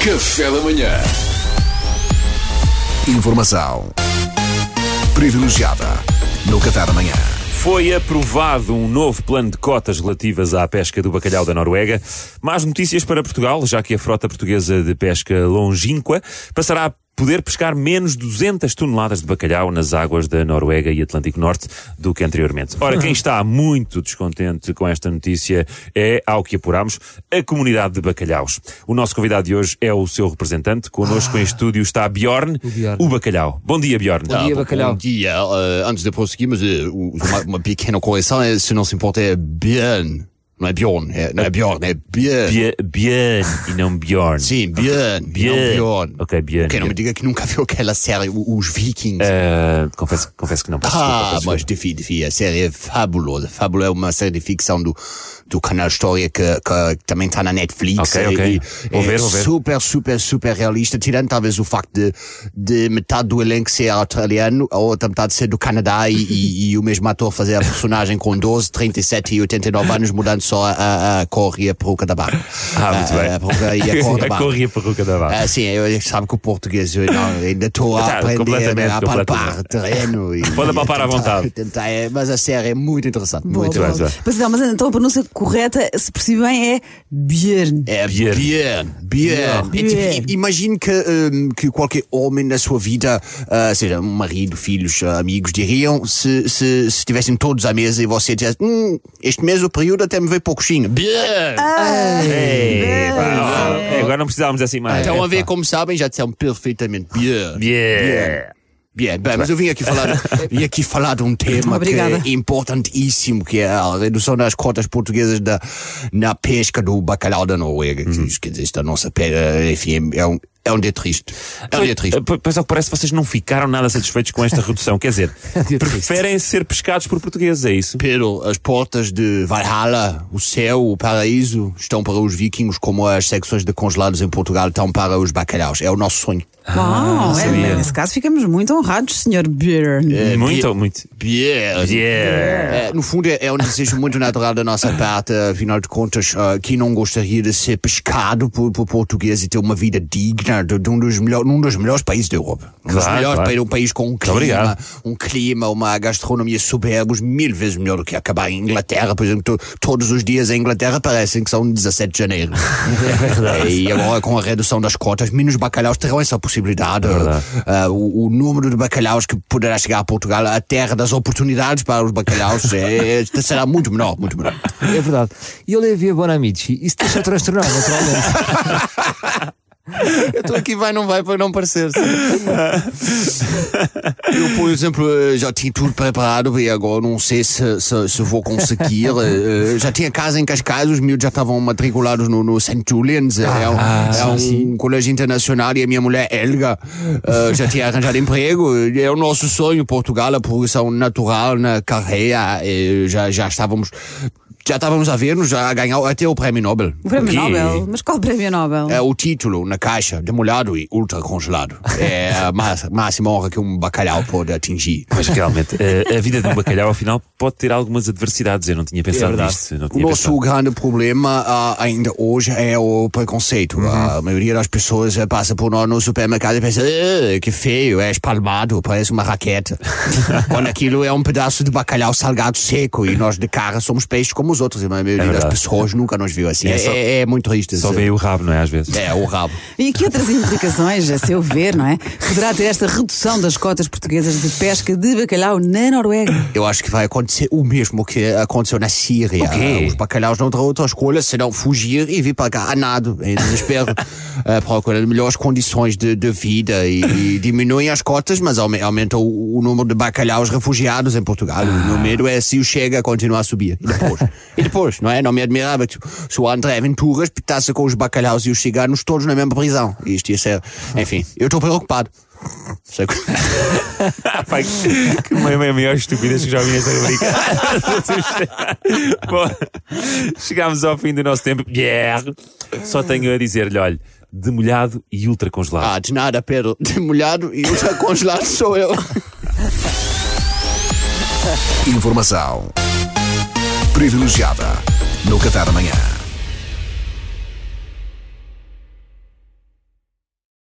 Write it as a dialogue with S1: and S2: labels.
S1: Café da Manhã. Informação privilegiada no Café da Manhã.
S2: Foi aprovado um novo plano de cotas relativas à pesca do bacalhau da Noruega. Mais notícias para Portugal, já que a frota portuguesa de pesca longínqua passará a poder pescar menos 200 toneladas de bacalhau nas águas da Noruega e Atlântico Norte do que anteriormente. Ora, quem está muito descontente com esta notícia é, ao que apuramos, a comunidade de bacalhaus. O nosso convidado de hoje é o seu representante. Connosco em estúdio está Bjorn, o,
S3: Bjorn.
S2: bacalhau. Bom dia, Bjorn.
S3: Bom dia, bacalhau.
S4: Bom dia. Eh, antes de prosseguirmos, eh, o- uma, uma pequena correção, eh, se não se importa, é Björn. Não é Bjorn, é, não é Bjorn, é Björn.
S2: Bje- Björn e não Bjorn.
S4: Sim, Björn,
S2: Björn.
S4: não Bjorn.
S2: Ok, Björn,
S4: Ok, não
S2: Björn.
S4: me diga que nunca viu aquela série, o- Os Vikings.
S2: Ah, confesso, confesso que não peço desculpa,
S4: Ah,
S2: peço
S4: mas Defi, Defi, a série é fabulosa. Fábula é uma série de ficção do, do canal História que, que também está na Netflix.
S2: Ok,
S4: É-
S2: ok.
S4: é-
S2: Vou
S4: é
S2: ver, vou ver.
S4: super, super, super realista. Tirando talvez o facto de, de metade do elenco ser australiano, a outra metade ser do Canadá e, e- e o mesmo ator fazer a personagem com 12, 37 e 89 anos, mudando só a, a, a cor e a peruca da barba.
S2: Ah, muito
S4: A-
S2: bem.
S4: A, peruca e a cor da
S2: A
S4: barba.
S2: corria perruca da barba.
S4: Ah, sim, eu sabe que o português eu não, ainda estou a
S2: Tá,
S4: aprender
S2: completamente,
S4: a palpar
S2: completamente.
S4: terreno. E,
S2: Pode apalpar
S4: e
S2: à
S4: tentar-
S2: vontade.
S4: tentar, é, mas a série é muito interessante.
S5: Boa,
S4: muito
S5: boa.
S2: bem, muito bem.
S5: Mas, então, mas então a pronúncia correta, se percebi bem, é Björn.
S4: É
S2: Bier.
S4: Bier. Bier.
S5: Bier.
S4: É tipo, i- Imagine que, hum, que qualquer homem na sua vida, ah, seja um marido, filhos, ah, amigos, diriam se, se, se estivessem todos à mesa e você dissesse, hum, este mesmo período até me veio pouquinho. Bier.
S5: Ah,
S2: Ei, pá, ah, é, agora não precisávamos assim mais.
S4: Então a ver como sabem, já disseram perfeitamente Bier.
S2: Yeah.
S4: Bem, bem, mas eu vim aqui falar, vim aqui falar de um tema que é
S5: Obrigada.
S4: importantíssimo, que é a redução das cotas portuguesas da, na pesca do bacalhau da Noruega. Que, quer dizer, isto da nossa pesca, enfim, é um, é um dia triste. É um dia triste.
S2: P- Pois ao que parece, vocês não ficaram nada satisfeitos com esta redução. Quer dizer,
S4: É um
S3: dia
S2: preferem ser pescados por portugueses, é isso?
S4: Pedro, as portas de Valhalla, o céu, o paraíso, estão para os vikings como as secções de congelados em Portugal estão para os bacalhaus. É o nosso sonho.
S5: Uau, é,
S2: sabia. É,
S5: nesse caso ficamos muito honrados, Sr. Björn.
S2: muito, muito.
S4: Bier.
S2: Yeah.
S4: É, no fundo, é é um desejo muito natural da nossa parte, eh, afinal de contas, ah, quem não gostaria de ser pescado por, por português e ter uma vida digna de, de um dos melhor, num dos melhores países da Europa? Um dos
S2: Claro,
S4: melhores
S2: claro.
S4: países, um país com um clima,
S2: obrigado.
S4: um clima, uma gastronomia soberbos, mil vezes melhor do que acabar em Inglaterra, por exemplo. to- Todos os dias em Inglaterra parecem que são 17 de janeiro.
S2: É
S4: e agora, com a redução das cotas, menos bacalhaus terão essa possibilidade.
S2: É verdade.
S4: Ah, o, o número de bacalhaus que poderá chegar a Portugal, a terra das oportunidades para os bacalhaus, é, é- será muito menor, muito menor.
S3: É verdade. E eu levei a Bonamici e se deixa transtornar naturalmente.
S4: Eu estou aqui, vai, não vai, para não parecer. Eu, por exemplo, eh, já tinha tudo preparado e agora não sei se, se, se vou conseguir. Eh, eh, Já tinha casa em Cascais, os miúdos já estavam matriculados no, no St. Julian's. eh, é um, é um colégio internacional e a minha mulher, Helga, eh, já tinha arranjado emprego. É o nosso sonho, Portugal, a progressão natural na carreira. eh, Já, já estávamos... Já estávamos a ver-nos a ganhar até o Prémio Nobel.
S5: O prémio
S2: quê?
S5: Nobel. Mas qual o prémio Nobel?
S4: É o título na caixa, demolhado e ultracongelado. É a ma- máxima honra que um bacalhau pode atingir.
S2: Mas realmente, eh, a vida de um bacalhau, afinal, pode ter algumas adversidades. Eu não tinha pensado nisto. É Não
S4: É O
S2: tinha
S4: nosso grande problema ah, ainda hoje é o preconceito.
S2: Uhum.
S4: Ah, A maioria das pessoas eh, passa por nós no supermercado e pensa, "Eh, que feio, é espalmado, parece uma raqueta. Quando aquilo é um pedaço de bacalhau salgado seco e nós de cara somos peixes como os outros. E a maioria das
S2: É verdade.
S4: pessoas nunca nos viu assim. É,
S2: só-
S4: é- é muito triste.
S2: pensado. Só veio o rabo, não é? Às vezes.
S4: É, o rabo.
S5: E que outras implicações, a seu ver, não é? Poderá ter esta redução das cotas portuguesas de pesca de bacalhau na Noruega?
S4: Eu acho que vai acontecer o mesmo que aconteceu na Síria.
S2: O quê?
S4: Os bacalhaus não terão outra escolha senão fugir e vir para cá a nado, em desespero, eh, procurando melhores condições de, de vida e, e diminuem as cotas, mas aume- aumentam o, o número de bacalhaus refugiados em Portugal. O
S2: Ah.
S4: meu medo é se o Chega continuar a subir. E depois? e depois, não é? Não me admirava que se o André Ventura espetasse com os bacalhaus e os ciganos todos na mesma prisão. Isto ia ser... Enfim, eu estou preocupado. Sei que-
S2: Ah, pá, que, que meio, meio, maior estupidez que já ouvi nesta rubrica. Bom, chegámos ao fim do nosso tempo. Yeah. Só tenho a dizer-lhe, olha, demolhado e ultracongelado.
S4: Ah, de nada, Pedro. De molhado e ultra congelado sou eu.
S1: Informação privilegiada no Café da Manhã.